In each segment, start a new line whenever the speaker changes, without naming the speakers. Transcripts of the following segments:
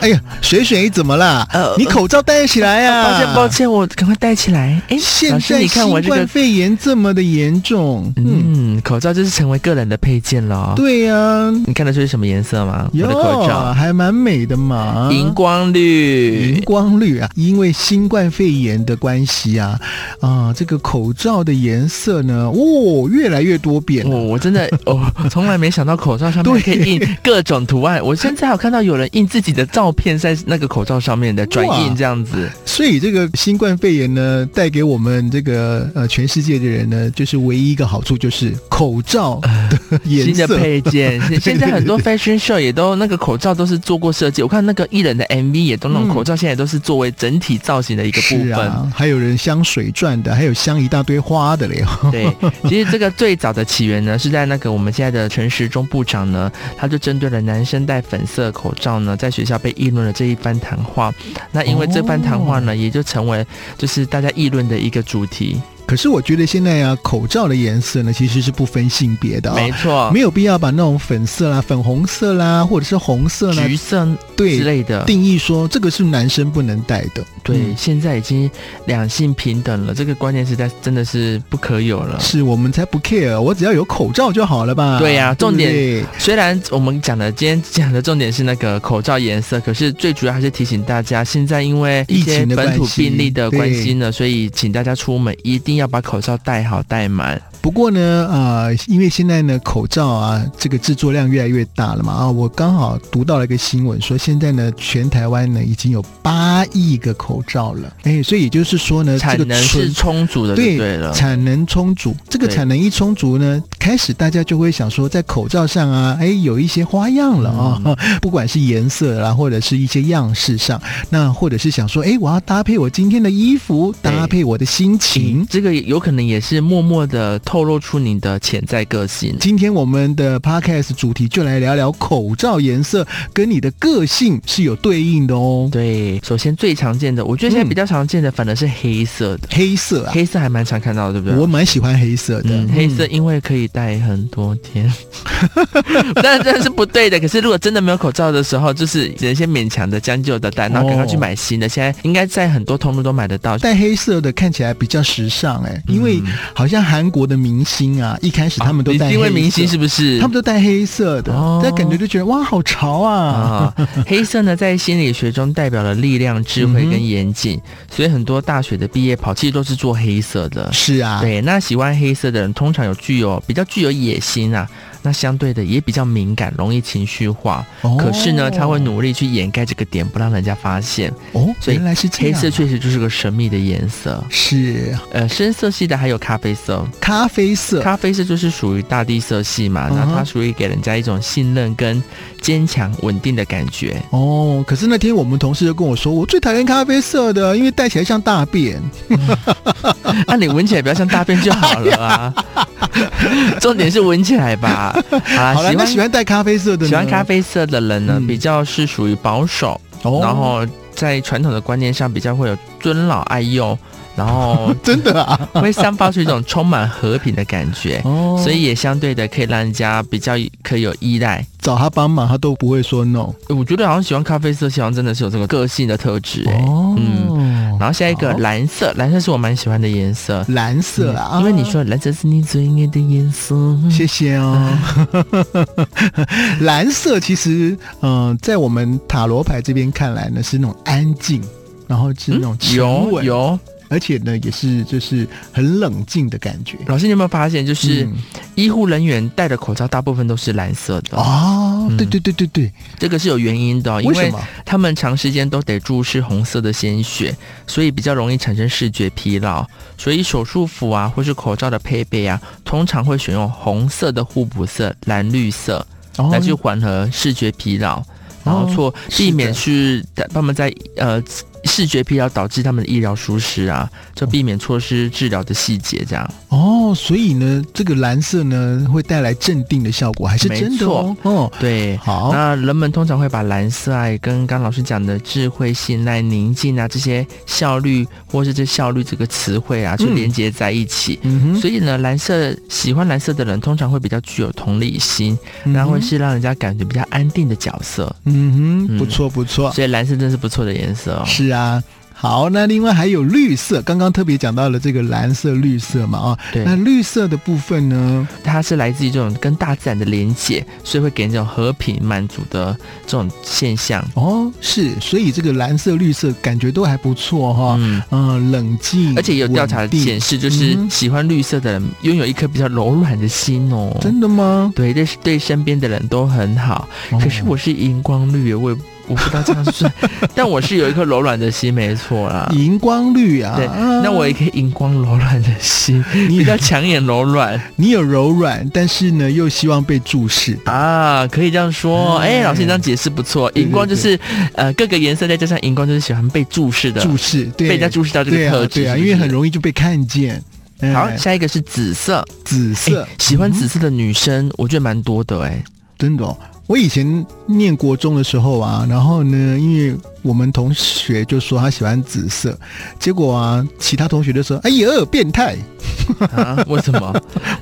哎呀，水水怎么了？
呃
你口罩戴起来呀、
抱歉抱歉，我赶快戴起来。哎，
呃现
老师，
在
你看我
新
这个
冠，肺炎这么的严重，嗯，
嗯，口罩就是成为个人的配件了。
对啊呀、
你看得出是什么颜色吗？我
哟
的口罩，
还蛮美的嘛，
荧光绿。
荧光绿啊，因为新冠肺炎的关系啊，啊，这个口罩的颜色呢，哦，越来越多变
我
了。
哦我真的 我从来没想到口罩上面
对
可 以印各种图案。我甚至还有看到有人印自己的照片在那个口罩上面的转印这样子。
所以这个新冠肺炎呢，带给我们这个呃全世界的人呢，就是唯一一个好处就是口罩的颜
呃新的
色。
配 件，现现在很多 fashion show 也都那个口罩都是做过设计。我看那个艺人的 MV 也都那
嗯
种口罩，现在都是作为整体造型的一个部
是
分。
啊，还有人镶水钻的，还有镶一大堆花的嘞。
对，其实这个最早的起源呢，是在那个我们现在的陈时中部长呢，他就针对了男生戴粉色口罩呢，在学校被议论了这一番谈话。那因为这番谈话
哦
呢，也就成为就是大家议论的一个主题。
可是我觉得现在啊，口罩的颜色呢，其实是不分性别的啊、
没错，
没有必要把那种粉色啦、粉红色啦，或者是红色啦
橘色
对
之类的。
定义说这个是男生不能戴的。
对，
嗯
现在已经两性平等了，这个观念实在真的是不可有了。
是我们才不 care，我只要有口罩就好了吧？
对呀
不
重点
对
虽然我们讲的今天讲的重点是那个口罩颜色，可是最主要还是提醒大家，现在因为一
疫
些
情的
本土
关系
病例的关系呢，所以请大家出门一定要把口罩戴好戴满。
不过呢，呃，因为现在呢，口罩啊，这个制作量越来越大了嘛，啊，我刚好读到了一个新闻，说现在呢，全台湾呢已经有八亿个口罩了，哎，所以也就是说呢，
产
这个
能是
存
充足的，
对
对了。
产能充足，这个
对
产能一充足呢，开始大家就会想说，在口罩上啊，哎，有一些花样了啊、
嗯
不管是颜色啦，或者是一些样式上，那或者是想说，哎，我要搭配我今天的衣服，
对
搭配我的心情。
这个有可能也是默默的透露出你的潜在个性。
今天我们的 podcast 主题就来聊聊口罩颜色跟你的个性是有对应的哦。
对，首先最常见的，我觉得现在比较常见的反而是黑色的，
黑色啊，
黑色还蛮常看到的，对不对？
我蛮喜欢黑色的。
嗯，黑色因为可以戴很多天， 但这是不对的。可是如果真的没有口罩的时候，就是只能先勉强的将就的戴，然后赶快去买新的。现在应该在很多通路都买得到。
戴黑色的看起来比较时尚哎、
嗯
因为好像韩国的明星啊，一开始他们都戴黑色、
因为明星是不是？
他们都戴黑色的，
哦
但感觉就觉得哇，好潮啊！
啊、黑色呢，在心理学中代表了力量、智
嗯
慧
哼
跟严谨，所以很多大学的毕业跑其实都是做黑色的。
是啊，
对，那喜欢黑色的人通常有具有比较具有野心啊，那相对的也比较敏感，容易情绪化。
哦
可是呢，他会努力去掩盖这个点，不让人家发现。
哦，
所以
原来是这
黑
样啊。
色确实就是个神秘的颜色，
是
呃，深色系的还有咖啡色，
咖啡色，
咖啡色就是属于大地色系嘛，
嗯
那
哼
它属于给人家一种信任跟坚强稳定的感觉。
哦，可是那天我们同事就跟我说，我最讨厌咖啡色的，因为戴起来像大便。
那、啊你闻起来不要像大便就好了 啊，
哎
重点是闻起来吧。啊，
好了，
喜
那
欢
喜欢戴咖啡色的呢？
喜欢咖啡色的人呢，
嗯
比较是属于保守，
哦，
然后在传统的观念上比较会有尊老爱幼，然后
真的 啊，
会散发出一种充满和平的感觉。
哦
所以也相对的可以让人家比较可以有依赖。
找他帮忙，他都不会说 no。
我觉得好像喜欢咖啡色，喜欢真的是有这个个性的特质、欸。
哦，
嗯。然后下一个
好
蓝色，蓝色是我蛮喜欢的颜色。
蓝色啊，
嗯因为你说蓝嗯色是你最爱的颜色。
谢谢哦。
嗯
蓝色其实，嗯、在我们塔罗牌这边看来呢，是那种安静，然后是那种沉
嗯有
稳，
有，
而且呢，也是就是很冷静的感觉。
老师你有没有发现，就是
嗯
医护人员戴的口罩大部分都是蓝色的，
哦，
嗯
对对对对对，
这个是有原因的哦，因
为什
为
么？
他们长时间都得注视红色的鲜血，所以比较容易产生视觉疲劳。所以手术服啊，或是口罩的配备啊，通常会选用红色的互补色、蓝绿色
哦
来去缓和视觉疲劳，然后错
是的
避免去他们在呃视觉疲劳导致他们的医疗疏失啊，就避免错失治疗的细节，这样。
哦，所以呢，这个蓝色呢会带来镇定的效果，还是真的哦。哦，
对，
好，
那人们通常会把蓝色啊，也跟刚老师讲的智慧、信赖、宁静啊这些效率或是这效率这个词汇啊，去
嗯
连接在一起。
嗯哼，
所以呢，蓝色喜欢蓝色的人通常会比较具有同理心，
嗯哼
然后会是让人家感觉比较安定的角色。
嗯哼，
嗯
不错不错，
所以蓝色真是不错的颜色哦。
是啊。好，那另外还有绿色，刚刚特别讲到了这个蓝色、绿色嘛啊、
对
那，绿色的部分呢？
它是来自于这种跟大自然的连结，所以会给人这种和平满足的这种现象。
哦，是，所以这个蓝色、绿色感觉都还不错哈、
嗯，
嗯、冷静，
而且有调查
稳定
显示，就是
嗯
喜欢绿色的人拥有一颗比较柔软的心哦。
真的吗？
对，对对，身边的人都很好。哦
哦
可是我是荧光绿耶，我也我不知道这样 算，但我是有一颗柔软的心，没错啦
哦。荧光绿啊，
啊对
啊
那我也可以荧光柔软的心，比
你
较抢眼柔 软
你有柔软，但是呢又希望被注视，
啊，可以这样说。哎、
哎
老师，你这样解释不错。
对对
荧光就是呃各个颜色再加上荧光，就是喜欢被注视的，
注视，对，
被人家注视到这
对
个
啊
特质，
对啊，
是不
因
是
为很容易就被看见。哎
好，下一个是紫色，
紫色嗯
哎，喜欢紫色的女生，我觉得蛮多的哎、
真的、哦，我以前念国中的时候啊，然后呢，因为我们同学就说他喜欢紫色，结果啊，其他同学就说：“哎呦，变态
啊，为 什么？！”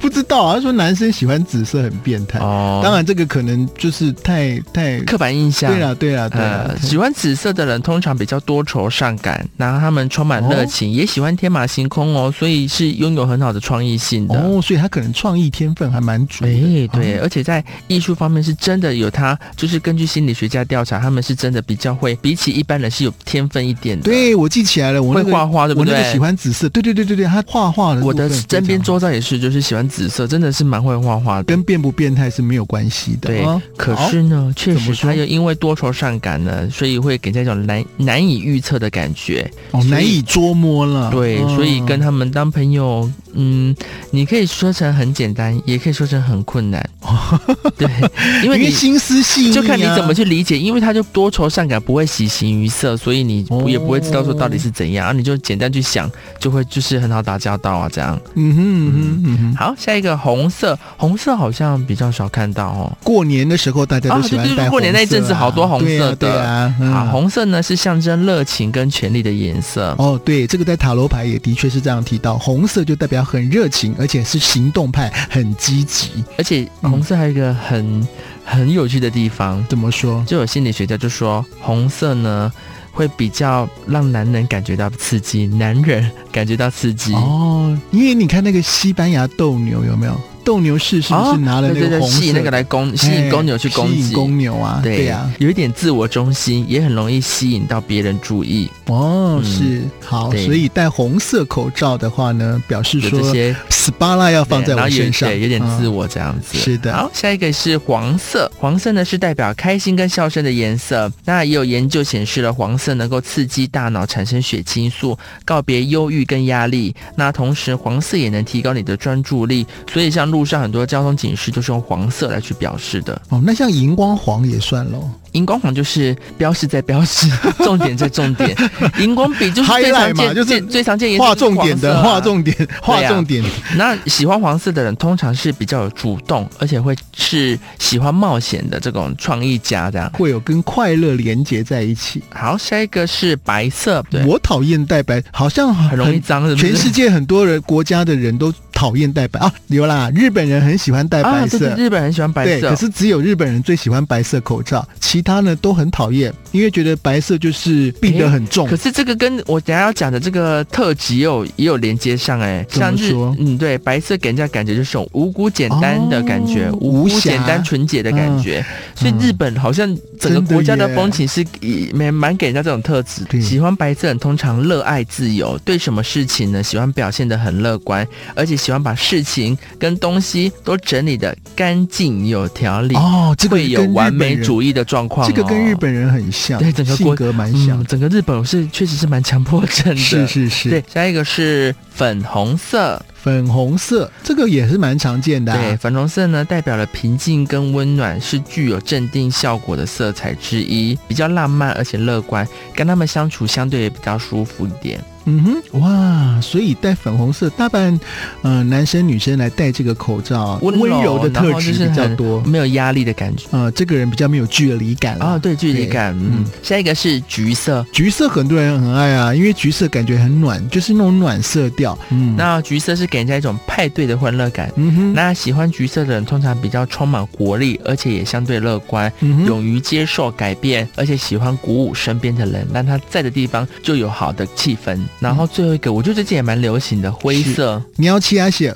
不知道啊，他说男生喜欢紫色很变态。
哦，
当然，这个可能就是太太
刻板印象。
对啦，啊对啦，对啦
呃，，喜欢紫色的人通常比较多愁善感，然后他们充满
哦
热情，也喜欢天马行空哦，所以是拥有很好的创意性的。
哦，所以他可能创意天分还蛮足的。
哎，对，
啊，
而且在艺术方面是真的有他，就是根据心理学家调查，他们是真的比较会，比起一般人是有天分一点的，，
对我记起来了，我那
会
个
画画，对不
我那
对？
个喜欢紫色，对对对对对，他画画的
我的
部分非
身边
常
周遭也是，就是喜欢紫色，真的是蛮会画画的。
跟变不变态是没有关系的。
对
啊
可
好
是呢，确
怎么
实
说
他又因为多愁善感呢，所以会给人家一种难难以预测的感觉。
哦，
所
难
以
以捉摸了。嗯
对，所以跟
他
他们当朋友，嗯，你可以说成很简单，也可以说成很困难。 对，因为
哦因为
你。
心思细腻啊、
就看你怎么去理解，因为他就多愁善感，不会喜形于色，所以你
哦
也不会知道说到底是怎样，啊，你就简单去想，就会就是很好打交道啊，这样。
嗯哼嗯哼嗯哼。
好，下一个红色，红色好像比较少看到哦。
过年的时候大家都喜欢
啊对对对
戴红色、啊
过年那一阵子好多红色的
对啊，对啊嗯、
啊，红色呢是象征热情跟权力的颜色。
哦，对，这个在塔罗牌也的确是这样提到，红色就代表很热情，而且是行动派，很积极。
而且红色还有一个很、很有趣的地方，
怎么说？
就有心理学家就说，红色呢会比较让男人感觉到刺激，男人感觉到刺激。
哦，因为你看那个西班牙斗牛有没有？斗牛士是不
哦
是拿了
对
那
对
个
对，
红色？哎
吸引那个来攻，吸引公牛去攻
哎吸
击
引。公牛啊，
对
呀、啊，
有一点自我中心，也很容易吸引到别人注意。
哦，
嗯
是好，
对
所以戴红色口罩的话呢，表示
有这
说
些
斯巴拉要放在
对然
我
后有
身上，
对，有点自
嗯
我这样子。
是的
好，下一个是黄色，黄色呢是代表开心跟笑声的颜色。那也有研究显示了，黄色能够刺激大脑产生血清素，告别忧郁跟压力。那同时，黄色也能提高你的专注力。所以，像路上很多交通警示就是用黄色来去表示的。
哦，那像荧光黄也算喽，
荧光黄就是标示在标示， 重点在重点。荧光笔就是最
Highlight
常
嘛
见，
就是
最最常见颜色
画
就是
重点的，
黄色啊
画重点，画重点，
那喜欢黄色的人，通常是比较有主动，而且会是喜欢冒险的这种创意家这样。
会有跟快乐连结在一起。
好，下一个是白色，对，
我讨厌戴白，好像
很容易。脏，是不是？
全世界很多人国家的人都讨厌戴白啊，有啦，日本人很喜欢戴
啊，
白
对
色，
对，日本人喜欢白
对，
色，
可是只有日本人最喜欢白色口罩，其他呢都很讨厌，因为觉得白色就是病得很重
可。是这个跟我等一下要讲的这个特辑也有也有连接上哎、
怎么
像日
说
嗯对，白色给人家感觉就是种无辜简单的感觉，
哦
无
无
辜
瑕
简单纯洁的感觉，所以日本好像整个
真的
国家的
耶
风情是以蛮蛮给人家这种特质
嗯对。
喜欢白色人通常热爱自由，对什么事情呢喜欢表现得很乐观，而且喜欢把事情跟东西都整理的干净有条理，
哦，这个
会有
跟日
完
本
美
人
主义的状况、哦。
这个跟日本人很像，
对整嗯个国
性格蛮像
嗯，。整个日本是确实是蛮强迫症的。啊
是是是，
对，下一个是粉红色。
粉红色这个也是蛮常见的、啊。
对，粉红色呢代表了平静跟温暖，是具有镇定效果的色彩之一，比较浪漫而且乐观，跟他们相处相对也比较舒服一点。
嗯哼，哇！所以戴粉红色，大半，呃，男生女生来戴这个口罩，
温柔
温柔的特质比较多，
没有压力的感觉。
呃，这个人比较没有距离感
啊、
啊。
对，距离感。嗯，下一个是橘色。
橘色很多人很爱啊，因为橘色感觉很暖，就是那种暖色调。嗯，
那橘色是给人家一种派对的欢乐感。
嗯哼，
那喜欢橘色的人通常比较充满活力，而且也相对乐观，
嗯哼，
勇于接受改变，而且喜欢鼓舞身边的人，让他在的地方就有好的气氛。然后最后一个，我觉得最近也蛮流行的灰色，
鸟气啊写，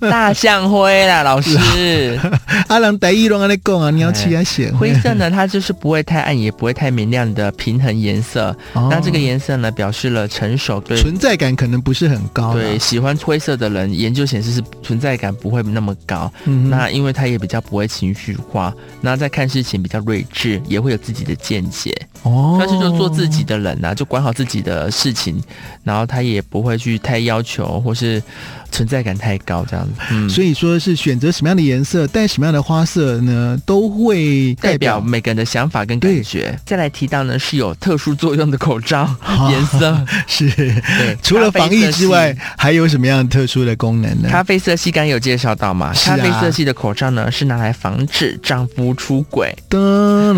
大象灰啦，老师。
阿郎戴啊一龙阿来讲
哎
啊，鸟气啊写，
灰色呢，它就是不会太暗，也不会太明亮的平衡颜色。
哦
那这个颜色呢，表示了成熟，对
存在感可能不是很高啦。
对，喜欢灰色的人，研究显示是存在感不会那么高。
嗯哼，
那因为他也比较不会情绪化，那在看事情比较睿智，也会有自己的见解。
哦，
但是就做自己的人呐、啊就管好自己的事情，然后他也不会去太要求或是存在感太高这样子。嗯，
所以说是选择什么样的颜色，戴什么样的花色呢，都会
代表每个人的想法跟感觉。再来提到呢，是有特殊作用的口罩、 颜色，
是
对，
除了防疫之外
咖啡色系。，
还有什么样特殊的功能呢？
咖啡色系刚刚有介绍到嘛？
是啊
咖啡色系的口罩呢，是拿来防止丈夫出轨。
噔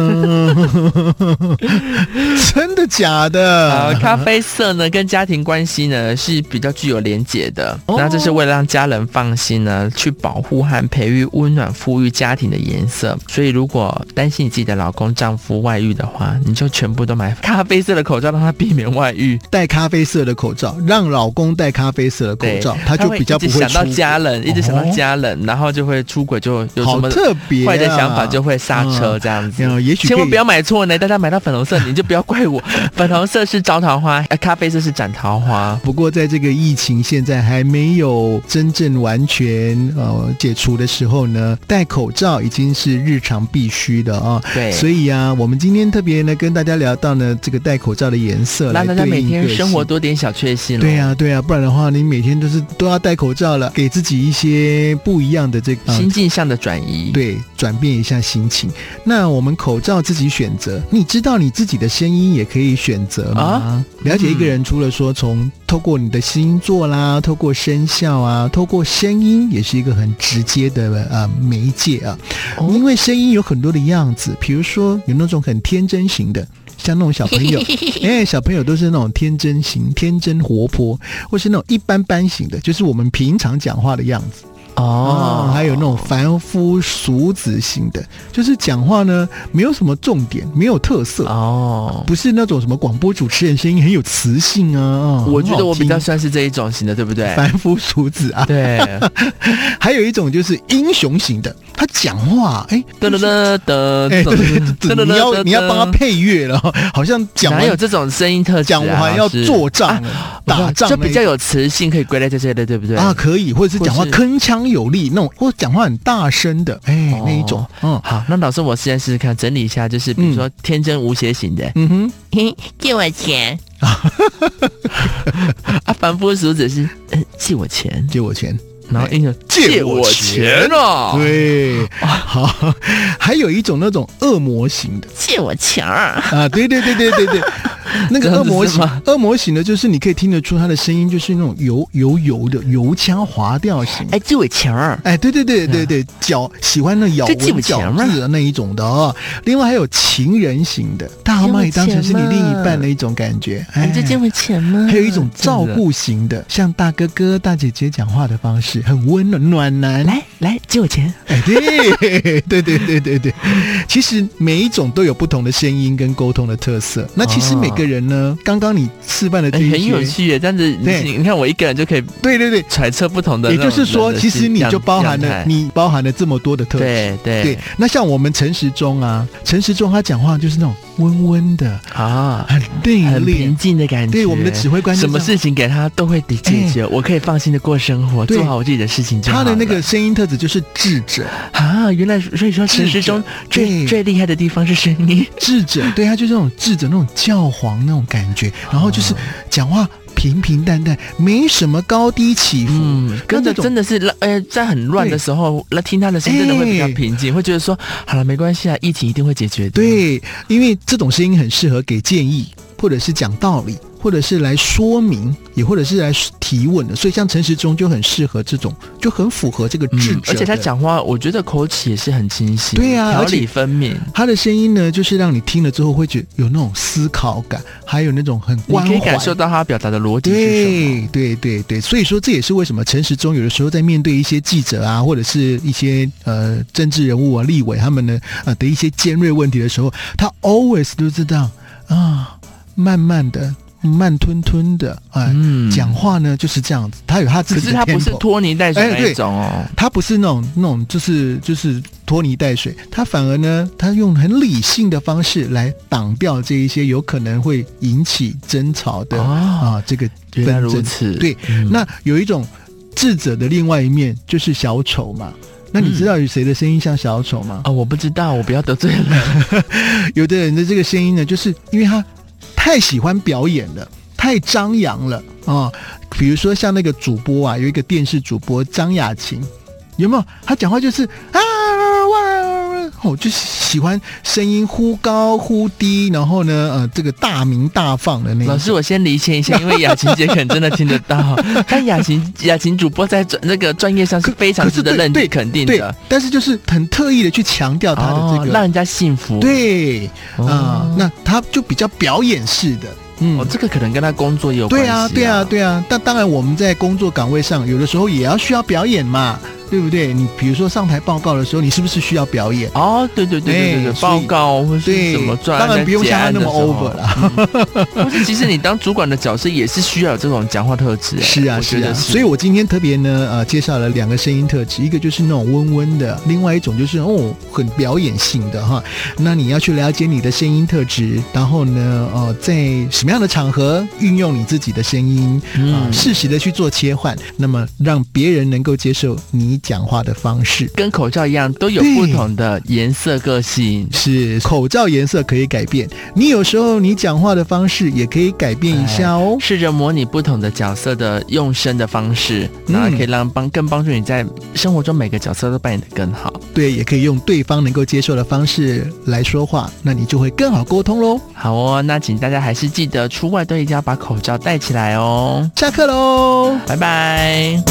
噔 真的假
呃，
的？
咖啡色呢跟家庭关系呢是比较具有连结的，
哦
那这是为了让家人放心呢，去保护和培育温暖富裕家庭的颜色。所以如果担心你自己的老公、丈夫外遇的话，你就全部都买 咖啡色的口罩，让他避免外遇。
戴咖啡色的口罩，让老公戴咖啡色的口罩，
他
他就比较不
一直
会
想到
出
家人，一直想到
哦
家人，然后就会出轨，就有什
好
么
特别、啊、
坏的想法就会刹车这样子。
嗯也许可以
千万不要买错呢，大家买到粉红色你就不要怪我， 粉红色是招桃花，呃咖啡色是斩桃花。
不过，在这个疫情现在还没有真正完全呃解除的时候呢，戴口罩已经是日常必须的啊、
对，
所以啊，我们今天特别呢跟大家聊到呢这个戴口罩的颜色，
让大家
来对
每
应
天
个
生活
性。
多点小确幸咯
对呀、、对呀、啊不然的话，你每天都是都要戴口罩了，给自己一些不一样的这个、呃
心境上的转移。，
对，转变一下心情。那我们口罩自己选择，你知道你自己的声音也可以选择吗？
啊
了解一个人，除了说从透过你的星座啦，透过生肖啊，透过声音，也是一个很直接的呃媒介啊。因为声音有很多的样子，比如说有那种很天真型的。像那种小朋友，哎、小朋友都是那种天真型、天真活泼，或是那种一般般型的，就是我们平常讲话的样子。哦，还有那种凡夫俗子型的，就是讲话呢没有什么重点，没有特色，
哦。
不是那种什么广播主持人声音很有磁性啊。哦
我觉得我比较
很好
算是这一种型的，对不对
听？凡夫俗子啊，
对，
还有一种就是英雄型的，他讲话哎，
噔噔噔噔
哎，对对对对，
噔
你要你要帮他配乐了，好像讲
哪有
完
这种声音特质、啊？
讲完要
老师
做账
啊
了、
我知道
打仗
就
那一
比较有磁性，可以归类在这类，对不对？
啊，可以，或者是讲话
或是
铿锵有力那种，或者讲话很大声的，哎，那一种，嗯
好，那老师，我现在试试看，整理一下，就是比如说天真无邪型的，
嗯哼。
借我钱啊，凡夫俗子是、嗯借我钱，
借我钱，
然后英雄
借
哎我
我钱
哦，
对，好，还有一种那种恶魔型的
借我钱儿，
啊，对对对对对 对，那个恶魔
这
型
样子是吗，
恶魔型的，就是你可以听得出他的声音就是那种油油油的油腔滑调型。
哎，借我钱儿，
哎，对对对对对，脚喜欢那咬
这记不
文
起
嚼
来吗
字的那一种的哦。另外还有情人型的，大妈也当成是你另一半的一种感觉。哎
你，就借我钱吗？
还有一种照顾型的，像大哥哥、大姐姐讲话的方式，很温暖暖男。
来来借我钱，
哎， 对对对对对对，其实每一种都有不同的声音跟沟通的特色。那其实每个人呢，刚刚你示范的这
哎，
一
很有
些，
趣耶，这样子
对
你你看我一个人就可以
对对对，
揣测不同的
也
那种
就
人的
是
心，
说，其实你就包含
样
了
态
你包含了这么多的特质。
对对
对，那像我们陈时中啊，陈时中他讲话就是那种温温的，
啊，
很内
很
敛
平。静的感觉。
对我们的指挥官就
什么
这样哎
事情给他都会得解决，我可以放心的过生活，
对
做好我自己的事情就好
他
了。
的那个声音特质就是智者，
啊，原来所以说陈时中
智者对
最最厉害的地方是声音。哦
智者，对，他就是那种智者那种教皇那种感觉，然后就是讲话平平淡淡，没什么高低起伏。
嗯，跟
那
着
这种
真的是乱，呃，在很乱的时候，那听他的声音真的会比较平静，会觉得说，好了，没关系啊，疫情一定会解决的。，
哎对，因为这种声音很适合给建议，或者是讲道理，或者是来说明，也或者是来提问的。所以像陈时中就很适合这种，就很符合这个智
嗯
者、，
而且他。讲话，我觉得口齿也是很清晰，
对啊
条
而且
理分明，
他的声音呢，就是让你听了之后会觉得有那种思考感，还有那种很
你
关
可以
怀
感受到他表达的逻辑是什么。
对对对对，所以说这也是为什么陈时中有的时候在面对一些记者啊，或者是一些呃政治人物啊、立委他们呢呃的一些尖锐问题的时候，他 always 都知道啊，慢慢的、慢吞吞的，哎、
嗯
讲话呢就是这样子，他有他自
可
己的
是
tempo。
他不是拖泥带水
哎
那
对
一种哦，
他不是那种那种就是就是拖泥带水，他反而呢，他用很理性的方式来挡掉这一些有可能会引起争吵的啊、
哦，
这个
原来
纷
如
争
此。
对
嗯，
那有一种智者的另外一面就是小丑嘛。那你知道有谁的声音像小丑吗？
啊，我不知道，我不要得罪人。嗯
有的人的这个声音呢，就是因为他太喜欢表演了，太张扬了啊、比如说像那个主播啊，有一个电视主播张雅琴，有没有？他讲话就是啊哇，哦，就是喜欢声音忽高忽低，然后呢，呃，这个大鸣大放的那一
老
种。
师，我先离线一下，因为雅琴姐可能真的听得到，但雅琴雅琴主播在专那个专业上是非常
可是
值得
对
认
对
肯定
对
的，，
但是就是很特意的去强调他的这
哦
个，
让人家幸福。
对，
哦
啊、那他就比较表演式的，
哦，
嗯，
这个可能跟他工作也有关
对
系。
啊，对啊，，对啊。但当然，我们在工作岗位上，有的时候也要需要表演嘛，对不对？你比如说上台报告的时候，你是不是需要表演？
哦，对对对对对对，
啊哎所以
报告或是
对
什么专案
当然不用像他那么
在结案
over
的 时候。啊嗯
啦。
或是其实你当主管的角色也是需要有这种讲话特质。哎
是啊，
我
是
觉
啊。
得是。
所以我今天特别呢，呃，介绍了两个声音特质，一个就是那种温温的，另外一种就是哦，很表演性的哈。那你要去了解你的声音特质，然后呢，呃，在什么样的场合运用你自己的声音，啊、
嗯
适时的去做切换，那么让别人能够接受你讲话的方式。
跟口罩一样，都有
对
不同的颜色个性。
是口罩颜色可以改变，你有时候你讲话的方式也可以改变一下哦。
试着模拟不同的角色的用声的方式，
嗯
然后可以让帮更帮助你在生活中每个角色都扮演的更好。
对，也可以用对方能够接受的方式来说话，那你就会更好沟通喽。
好哦，那请大家还是记得出外都一定要把口罩戴起来哦。
下课喽。
拜拜。